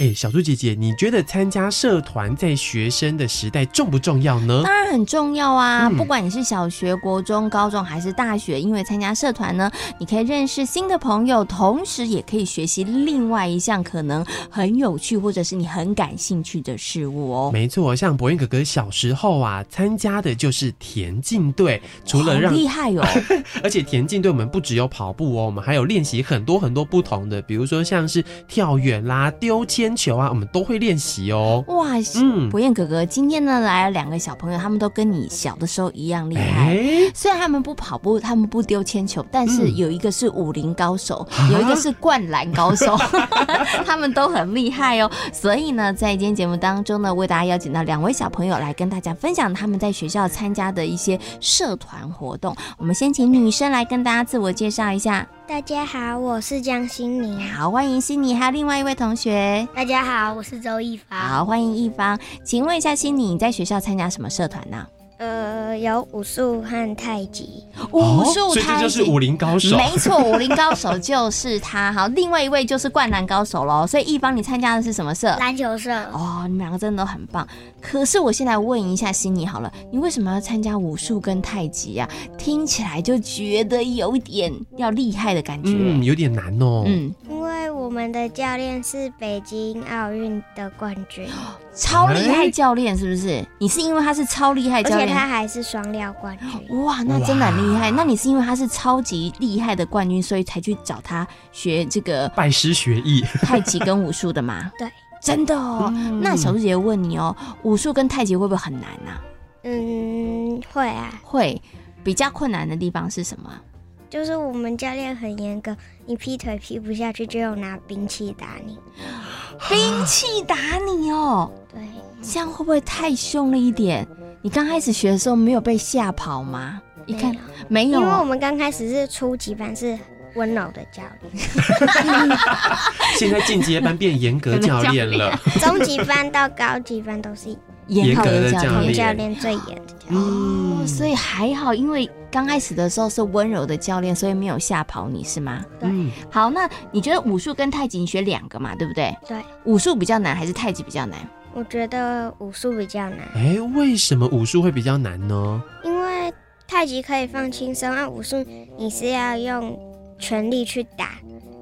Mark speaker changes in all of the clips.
Speaker 1: 哎，小猪姐姐，你觉得参加社团在学生的时代重不重要呢？
Speaker 2: 当然很重要啊！
Speaker 1: 嗯
Speaker 2: 不管你是小学、国中、高中还是大学，因为参加社团呢，你可以认识新的朋友，同时也可以学习另外一项可能很有趣或者是你很感兴趣的事物哦。
Speaker 1: 没错，像博彦哥哥小时候啊，参加的就是田径队，除了让
Speaker 2: 好厉害 哦，
Speaker 1: 而且田径队我们不只有跑步哦，我们还有练习很多很多不同的，比如说像是跳远啦、丢铅球啊，我们都会练习哦。
Speaker 2: 哇！
Speaker 1: 嗯
Speaker 2: 博彦哥哥，今天呢来了两个小朋友，他们都跟你小的时候一样厉害。
Speaker 1: 哎，
Speaker 2: 虽然他们不跑步，他们不丢铅球，但是
Speaker 1: 嗯
Speaker 2: 有一个是武林高手，
Speaker 1: 啊
Speaker 2: 有一个是灌篮 高手， 他们都很厉害哦。所以呢，在今天节目当中呢，为大家邀请到两位小朋友来跟大家分享他们在学校参加的一些社团活动。我们先请女生来跟大家自我介绍一下。
Speaker 3: 大家好，我是江心宁。
Speaker 2: 好，欢迎悉尼，还有另外一位同学。
Speaker 3: 大家好，我是周一发。
Speaker 2: 好，欢迎一方。请问一下，悉尼，你在学校参加什么社团呢、
Speaker 3: 呃，有武术和太极。
Speaker 2: 武
Speaker 1: 哦
Speaker 2: 术、
Speaker 1: 所以这
Speaker 2: 太
Speaker 1: 就是
Speaker 2: 极。
Speaker 1: 武林高手。
Speaker 2: 没错，武林高手就是他。好，另外一位就是灌篮高手喽。所以一方，你参加的是什么社？
Speaker 3: 篮球社，
Speaker 2: 哦，你们两个真的都很棒。可是我现在问一下心妮好了，你为什么要参加武术跟太极啊？听起来就觉得有点要厉害的感觉。
Speaker 1: 嗯，有点难哦。
Speaker 2: 嗯
Speaker 3: 因为我们的教练是北京奥运的冠军，
Speaker 2: 超厉害
Speaker 1: 哎
Speaker 2: 教练是不是？你是因为他是超厉害
Speaker 3: 而
Speaker 2: 教
Speaker 3: 且
Speaker 2: 练，
Speaker 3: 他还是双料冠军。
Speaker 2: 哇，那真的很厉害。
Speaker 1: 哇
Speaker 2: 那你是因为他是超级厉害的冠军，所以才去找他学这个
Speaker 1: 拜师学艺，
Speaker 2: 太极跟武术的吗？
Speaker 3: 对，
Speaker 2: 真的哦。那小猪姐姐问你哦，武术跟太极会不会很难啊呐、
Speaker 3: 嗯，会啊，
Speaker 2: 会，比较困难的地方是什么啊？
Speaker 3: 就是我们教练很严格，你劈腿劈不下去，就有拿兵器打 你。
Speaker 2: 兵器打你哦，
Speaker 3: 对，
Speaker 2: 这样会不会太凶了一点？你刚开始学的时候没有被吓跑吗？一看
Speaker 3: 没有啊因
Speaker 2: 没有
Speaker 3: 为我
Speaker 2: 哦，
Speaker 3: 们刚开始是初级班，是温柔的教练，
Speaker 1: 现在进阶班变严格教练了。
Speaker 3: 中级班到高级班都是
Speaker 2: 严
Speaker 1: 严
Speaker 2: 考
Speaker 1: 格的
Speaker 2: 教
Speaker 1: 教
Speaker 3: 同
Speaker 1: 练
Speaker 3: 教练最严的教练。
Speaker 2: 哦，所以还好，因为刚开始的时候是温柔的教练，所以没有吓跑你是吗？
Speaker 1: 嗯，
Speaker 2: 好，那你觉得武术跟太极你学两个嘛，对不对？
Speaker 3: 对，
Speaker 2: 武术比较难还是太极比较难？
Speaker 3: 我觉得武术比较难，
Speaker 1: 哎，为什么武术会比较难呢？
Speaker 3: 因为太极可以放轻松，
Speaker 4: 啊
Speaker 3: 按武术你是要用全力去打，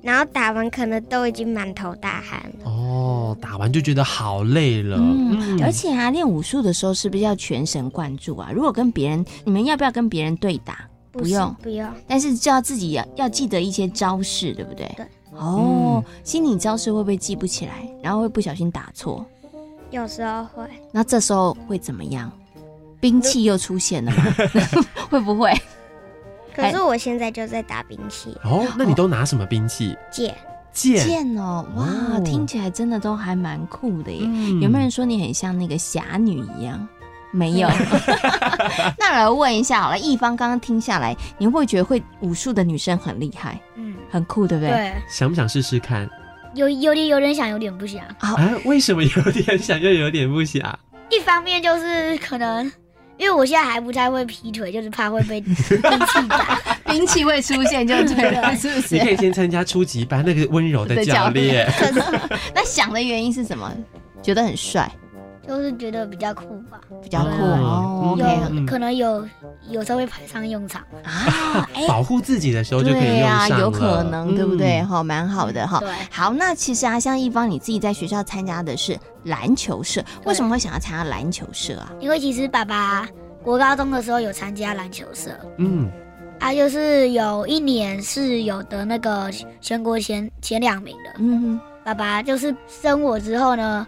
Speaker 3: 然后打完可能都已经满头大汗了。
Speaker 1: 哦，打完就觉得好累了。
Speaker 2: 嗯，而且啊，练武术的时候是不是要全神贯注啊？如果跟别人，你们要不要跟别人对打？不
Speaker 3: 是
Speaker 2: 用
Speaker 3: 不用，
Speaker 2: 但是就要自己要要记得一些招式，对不对？
Speaker 3: 对。
Speaker 2: 哦，心理招式会不会记不起来，然后会不小心打错？
Speaker 3: 有时候会，
Speaker 2: 那这时候会怎么样？兵器又出现了吗？ 会不会？
Speaker 3: 可是我现在就在打兵器
Speaker 1: 哦，那你都拿什么兵器？
Speaker 3: 剑，
Speaker 1: 剑。
Speaker 2: 剑哦，哇，
Speaker 1: 哦
Speaker 2: 听起来真的都还蛮酷的耶。
Speaker 1: 嗯
Speaker 2: 有没有人说你很像那个侠女一样？没有。 那我来问一下好了，一方刚刚听下来，你会不会觉得会武术的女生很厉害、
Speaker 4: 嗯，
Speaker 2: 很酷，对不对？
Speaker 4: 对，
Speaker 1: 想不想试试看？
Speaker 4: 有有点有点想，有点 不想。
Speaker 1: 啊，为什么有点想又有点不啊想？
Speaker 4: 一方面就是可能，因为我现在还不太会劈腿，就是怕会 被兵器打。
Speaker 2: 兵器会出现就对 了， 是不
Speaker 1: 你可
Speaker 2: 是？
Speaker 1: 以先参加初级班那个温 柔的教练。
Speaker 2: 可是那想的原因是什么？觉得很帅，
Speaker 4: 就是觉得比较酷吧，
Speaker 2: 比较酷
Speaker 1: 哦
Speaker 2: 哦。
Speaker 4: 有
Speaker 2: OK，很
Speaker 1: 嗯
Speaker 4: 可能有有时候会派上用场。
Speaker 2: 啊，哎，
Speaker 1: 保护自己的时候 就可以
Speaker 2: 对啊
Speaker 1: 用上了，
Speaker 2: 有可能，对不对？
Speaker 1: 嗯？
Speaker 2: 哈，蛮好的哈。
Speaker 4: 对，
Speaker 2: 好，那其实啊，像一方你自己在学校参加的是篮球社，为什么会想要参加篮球社啊？
Speaker 4: 因为其实爸爸国高中的时候有参加篮球社，
Speaker 1: 嗯，
Speaker 4: 他啊就是有一年是有得那个全国前前两名的。
Speaker 2: 嗯哼，
Speaker 4: 爸爸就是生我之后呢，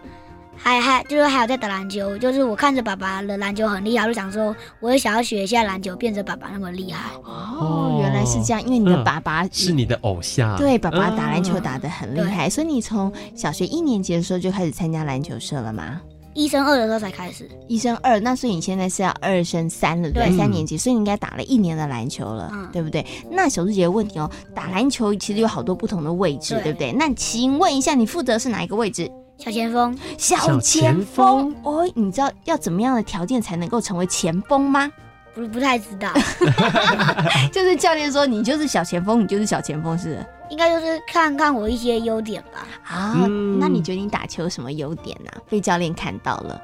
Speaker 4: 还还就是还有在打篮球，就是我看着爸爸的篮球很厉害，我就想说我也想要学一下篮球，变成爸爸那么厉害。
Speaker 2: 哦，原来是这样，因为你的
Speaker 1: 嗯
Speaker 2: 爸爸
Speaker 1: 是你的偶像，
Speaker 2: 对，爸爸
Speaker 1: 嗯
Speaker 2: 打篮球打得很厉害，所以你从小学一年级的时候就开始参加篮球社了吗？
Speaker 4: 一升二的时候才开始，
Speaker 2: 一升二，那所以你现在是要二升三了，对不对，
Speaker 1: 对
Speaker 2: 三
Speaker 1: 嗯
Speaker 2: 年级，所以你应该打了一年的篮球了，
Speaker 4: 嗯
Speaker 2: 对不对？那小猪姐姐问题哦，打篮球其实有好多不同的位置，
Speaker 4: 对
Speaker 2: 对不对？那请问一下，你负责是哪一个位置？
Speaker 4: 小前锋
Speaker 2: 小前
Speaker 1: 前
Speaker 2: 锋哦，你知道要怎么样的条件才能够成为前锋吗？
Speaker 4: 不不 太知道，
Speaker 2: 就是教练说你就是小前锋，你就是小前锋是不是
Speaker 4: 应该就是看看我一些优点吧，
Speaker 2: 啊、
Speaker 1: 嗯
Speaker 2: 那你觉得你打球有什么优点呢、被教练看到了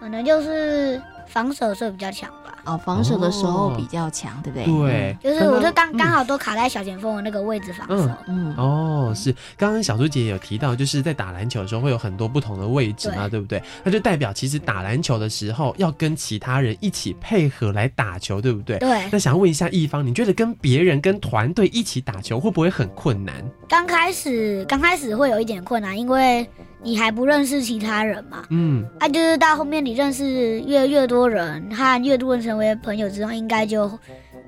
Speaker 4: 可能就是防守是比较强吧，
Speaker 2: 哦，防守的时候
Speaker 1: 哦
Speaker 2: 比较强，对不对？
Speaker 1: 对，
Speaker 4: 就是我就
Speaker 1: 刚
Speaker 4: 刚
Speaker 1: 刚
Speaker 4: 刚好都卡在小前锋的那个位置防守。
Speaker 1: 嗯
Speaker 2: 嗯，嗯，
Speaker 1: 哦，是刚刚小猪姐也有提到，就是在打篮球的时候会有很多不同的位置嘛，对不对？那就代表其实打篮球的时候要跟其他人一起配合来打球，对不对？
Speaker 4: 对，
Speaker 1: 那想问一下一方，你觉得跟别人、跟团队一起打球会不会很困难？
Speaker 4: 刚开始刚开始会有一点困难，因为你还不认识其他人嘛。
Speaker 1: 嗯，
Speaker 4: 啊，就是到后面你认识越越多人和越多人成为朋友之后，应该就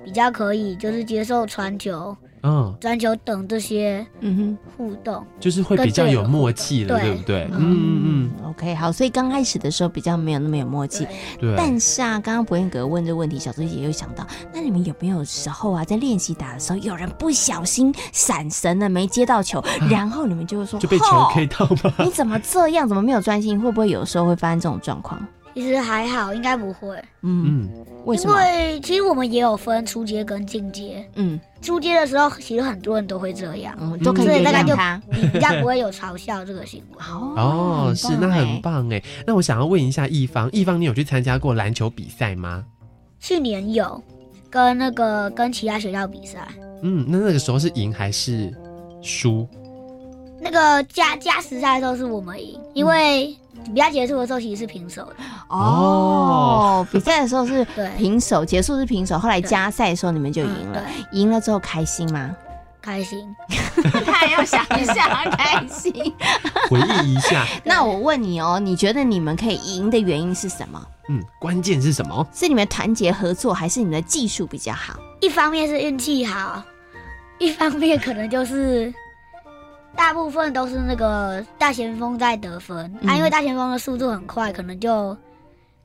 Speaker 4: 比较可以，就是接受传球、
Speaker 1: 嗯，
Speaker 4: 传球等这些
Speaker 2: 嗯哼。
Speaker 4: 互动。
Speaker 1: 就是会比较有默契了，对不对？嗯嗯
Speaker 2: 嗯，OK，好，所以刚开始的时候比较没有那么有默契，
Speaker 1: 嗯，对。
Speaker 2: 但是啊，刚刚博彦格问这个问题，小猪姐又想到，那你们有没有时候啊，在练习打的时候，有人不小心闪神了，没接 到球，然后你们就会说，
Speaker 1: 就被球
Speaker 2: 吼
Speaker 1: K 到吗？
Speaker 2: 你怎么这样？怎么没有专心？会不会有时候会发生这种状况？
Speaker 4: 其实还好，应该不会，
Speaker 2: 嗯，
Speaker 1: 嗯，
Speaker 2: 为什
Speaker 4: 因
Speaker 2: 么？
Speaker 4: 为其实我们也有分初阶跟进阶。
Speaker 2: 嗯，
Speaker 4: 初阶的时候，其实很多人都会这样，
Speaker 2: 我们都可
Speaker 1: 嗯
Speaker 2: 以
Speaker 4: 所以
Speaker 2: 原
Speaker 4: 大概
Speaker 2: 谅
Speaker 4: 就
Speaker 2: 他。
Speaker 4: 你比较不会有嘲笑这个行为。
Speaker 1: 哦，是，那很
Speaker 2: 棒
Speaker 1: 棒哎。那我想要问一下一方，一方你有去参加过篮球比赛吗？
Speaker 4: 去年有跟那个跟其他学校比赛，
Speaker 1: 嗯，那那个时候是赢还是输？
Speaker 4: 那个加加时赛的时候是我们赢，因为比赛结束的时候其实是平手的。
Speaker 2: 哎哦。比赛的时候是
Speaker 4: 对，
Speaker 2: 平手，结束是平手，后来加赛的时候你们就赢了
Speaker 4: 嗯。
Speaker 2: 赢了之后开心 吗？
Speaker 4: 开心。
Speaker 2: 他要想一下开心。
Speaker 1: 回忆一下，
Speaker 2: 那我问你哦，你觉得你们可以赢的原因是什么？
Speaker 1: 嗯，关键是什么？
Speaker 2: 是你们团结合作，还是你们的技术比较好？
Speaker 4: 一方面是运气好，一方面可能就是大部分都是那个大前锋在得分、
Speaker 2: 嗯
Speaker 4: 啊，因为大前锋的速度很快，可能就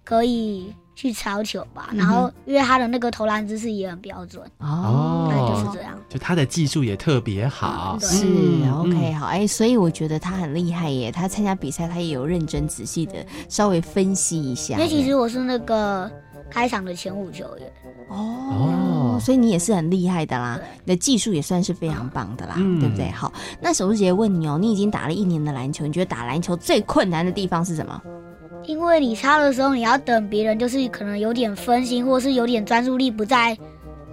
Speaker 4: 可以去抄球吧。
Speaker 2: 嗯哼
Speaker 4: 然后因为他的那个投篮姿势也很标准，
Speaker 1: 哦
Speaker 4: 对，就是这样。
Speaker 1: 就他的技术也特别好，
Speaker 4: 对
Speaker 2: 是
Speaker 1: 嗯
Speaker 2: OK
Speaker 1: 嗯
Speaker 2: 好，哎，所以我觉得他很厉害耶。他参加比赛，他也有认真仔细的稍微分析一下
Speaker 4: 因。为其实我是那个开场的前五球员，
Speaker 2: 哦
Speaker 1: 哦，
Speaker 2: 所以你也是很厉害的啦
Speaker 4: 对，
Speaker 2: 你的技术也算是非常棒的啦，
Speaker 1: 嗯
Speaker 2: 对不对？好，那小猪姐姐问你哦，你已经打了一年的篮球，你觉得打篮球最困难的地方是什么？
Speaker 4: 因为你抄的时候你要等别人，就是可能有点分心，或是有点专注力不在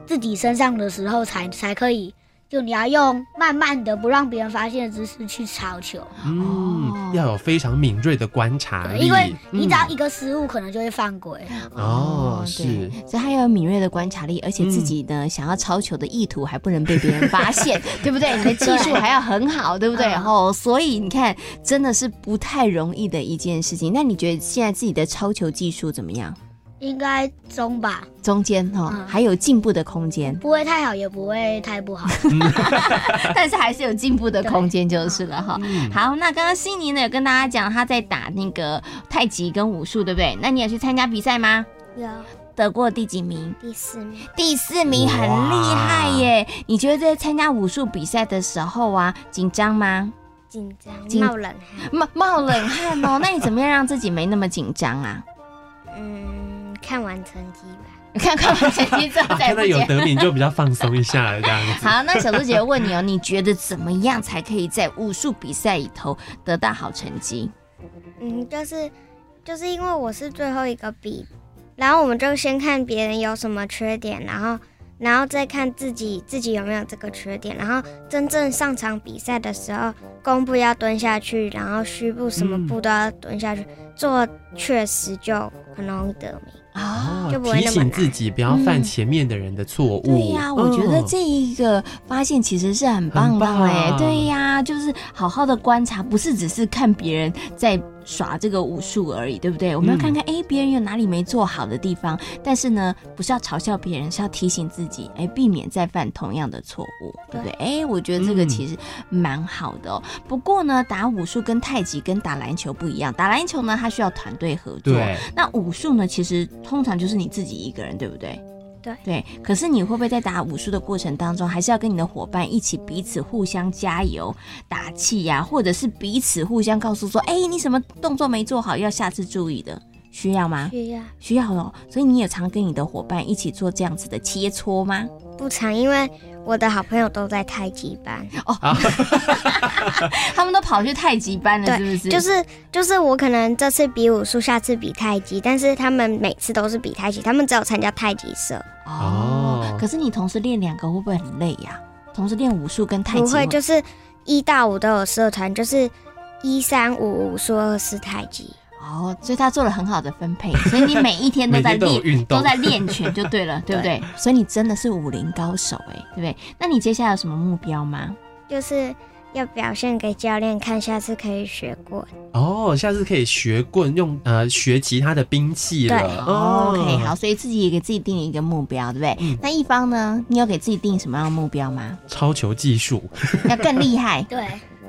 Speaker 4: 自己身上的时候才才可以。就你要用慢慢的不让别人发现的姿势去抄球，
Speaker 1: 嗯
Speaker 2: 哦，
Speaker 1: 要有非常敏锐的观察啊
Speaker 4: 对
Speaker 1: 力，
Speaker 4: 因为你只要
Speaker 1: 嗯
Speaker 4: 一个失误，可能就会犯规。
Speaker 1: 哦
Speaker 2: 对
Speaker 1: 是，嗯
Speaker 2: 所以他要有敏锐的观察力，而且自己呢、想要抄球的意图还不能被别人 发现，对不对？你的技术还要很好，对不对？
Speaker 1: 啊
Speaker 4: 嗯
Speaker 2: 哦，所以你看，真的是不太容易的一件事情。那你觉得现在自己的抄球技术怎么样？
Speaker 4: 应该中吧，
Speaker 2: 中间哈、哦
Speaker 4: 嗯
Speaker 2: 还有进步的空间，
Speaker 4: 不会太好，也不会太不好。
Speaker 2: 但是还是有进步的空间就是了哈。好，那刚刚悉尼呢有跟大家讲他在打那个太极跟武术，对不对？那你也去参加比赛吗？
Speaker 3: 有
Speaker 2: 得过第几名？
Speaker 3: 第四名，
Speaker 2: 第四名很厉害耶！你觉得在参加武术比赛的时候啊，紧张吗？
Speaker 3: 紧张
Speaker 2: 紧
Speaker 3: 冒冷汗，
Speaker 2: 冒冒冷汗 哦。那你怎么样让自己没那么紧张啊？
Speaker 3: 嗯，看完成绩吧，
Speaker 2: 看看我成绩之后
Speaker 1: 啊
Speaker 2: 再
Speaker 1: 看
Speaker 2: 不
Speaker 1: 到有
Speaker 2: 接。
Speaker 1: 得名就比较放松一下了，这样子。
Speaker 2: 好，那小猪姐姐问你哦，你觉得怎么样才可以在武术比赛里头得到好成绩？
Speaker 3: 嗯，就是就是因为我是最后一个比，然后我们就先看别人有什么缺点，然后然后再看自己自己有没有这个缺点，然后真正上场比赛的时候，弓步要蹲下去，然后虚步什么
Speaker 1: 嗯
Speaker 3: 步都要蹲下去，做确实就很容易得名。
Speaker 1: 哦
Speaker 3: 就不会
Speaker 1: 提
Speaker 3: 那么
Speaker 1: 醒
Speaker 3: 难
Speaker 1: 自己不要犯
Speaker 2: 嗯
Speaker 1: 前面的人的错误。
Speaker 2: 对呀、我觉得
Speaker 1: 嗯
Speaker 2: 这一个发现其实是很棒的
Speaker 1: 很棒
Speaker 2: 哎、对呀、就是好好的观察，不是只是看别人在耍这个武术而已，对不对？我们
Speaker 1: 嗯
Speaker 2: 要看看哎，诶别、人有哪里没做好的地方，但是呢，不是要嘲笑别人，是要提醒自己，哎、避免再犯同样的错误，对不对？哎、我觉得这个
Speaker 1: 嗯
Speaker 2: 其实蛮好的哦。不过呢，打武术跟太极跟打篮球不一样，打篮球呢，它需要团队合作，
Speaker 1: 对，
Speaker 2: 那武术呢，其实通常就是你自己一个人，对不对？
Speaker 3: 对
Speaker 2: 对，可是你会不会在打武术的过程当中，还是要跟你的伙伴一起彼此互相加油、打气呀、或者是彼此互相告诉说，哎，你什么动作没做好，要下次注意的，需要吗？
Speaker 3: 需要
Speaker 2: 需要哦。所以你也常跟你的伙伴一起做这样子的切磋吗？
Speaker 3: 不长，因为我的好朋友都在太极班，
Speaker 2: 他们都跑去太极班了，
Speaker 3: 对
Speaker 2: 是不是？
Speaker 3: 就是就是我可能这次比武术，下次比太极，但是他们每次都是比太极，他们只有参加太极社，
Speaker 2: 哦
Speaker 1: 哦。
Speaker 2: 可是你同时练两个会不会很累呀、同时练武术跟太
Speaker 3: 不
Speaker 2: 极
Speaker 3: 会就是一到五都有社团，就是一三五武术二四太极。
Speaker 2: 哦，所以他做了很好的分 配，所以你每一天都在
Speaker 1: 每天都有
Speaker 2: 练，
Speaker 1: 运动
Speaker 2: 在练拳就 对了，对不对？所以你真的是武林高手哎，对不对？那你接下来有什么目标吗？
Speaker 3: 就是要表现给教练看，下次可以学过。
Speaker 1: 哦，下次可以学棍，用呃学其他的兵器了。嗯
Speaker 3: 对
Speaker 2: 哦 OK，好，，所以自己也给自己定了一个目标，对不对？那一方呢，你有给自己定什么样的目 标吗？
Speaker 1: 超球技术，
Speaker 2: 要更厉害，
Speaker 1: 嗯
Speaker 4: 对，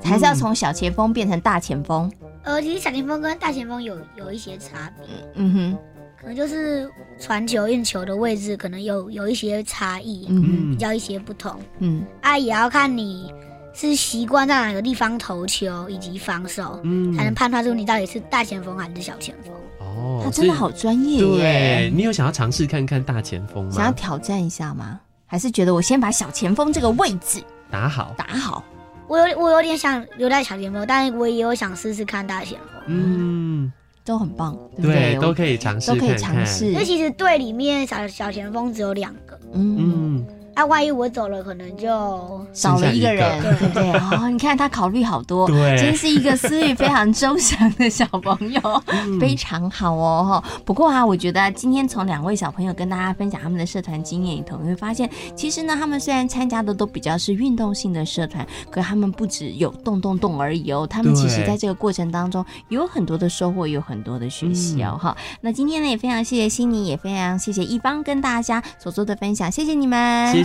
Speaker 2: 还是要从小前锋变成大前锋？
Speaker 4: 呃，其实小前锋跟大前锋有有一些差别，
Speaker 2: 嗯哼，
Speaker 4: 可能就是传球、运球的位置可能有有一些差异，
Speaker 2: 嗯
Speaker 4: 比较一些不同。
Speaker 2: 哼，嗯，
Speaker 4: 啊，也要看你是习惯在哪个地方投球以及防守，才能
Speaker 1: 嗯，
Speaker 4: 判断出你到底是大前锋还是小前锋。
Speaker 1: 哦
Speaker 2: 他真的好。专业
Speaker 1: 所以对
Speaker 2: 耶，
Speaker 1: 你有想要尝试看看大前锋
Speaker 2: 想要
Speaker 1: 吗？
Speaker 2: 挑战一下吗？还是觉得我先把小前锋这个位置
Speaker 1: 打好，
Speaker 2: 打好？
Speaker 4: 我有我有点想留在小前锋，但我也有想试试看大前锋，
Speaker 1: 嗯，
Speaker 2: 都很棒，对不
Speaker 1: 对，
Speaker 2: 对？
Speaker 1: 都可以尝试
Speaker 2: 都
Speaker 1: 看
Speaker 2: 可以
Speaker 1: 看，
Speaker 2: 尝试
Speaker 4: 因为，其实队里面小小前锋只有两个，
Speaker 2: 嗯，
Speaker 1: 嗯，
Speaker 4: 啊，万一我走了，可能就
Speaker 2: 少了一个人，
Speaker 4: 剩下一个
Speaker 2: 对不对？哦，你看他考虑好多，
Speaker 1: 对
Speaker 2: 真是一个思虑非常周详的小朋友，
Speaker 1: 嗯
Speaker 2: 非常好哦。哈不过啊，我觉得今天从两位小朋友跟大家分享他们的社团经验里头，你会发现，其实呢，他们虽然参加的都比较是运动性的社团，可他们不只有动动动而已哦，他们
Speaker 1: 对
Speaker 2: 其实在这个过程当中有很多的收获，有很多的学习哦。哈，那今天呢，也非常谢谢悉尼，也非常谢谢一方跟大家所做的分享，谢谢你们，
Speaker 1: 谢谢，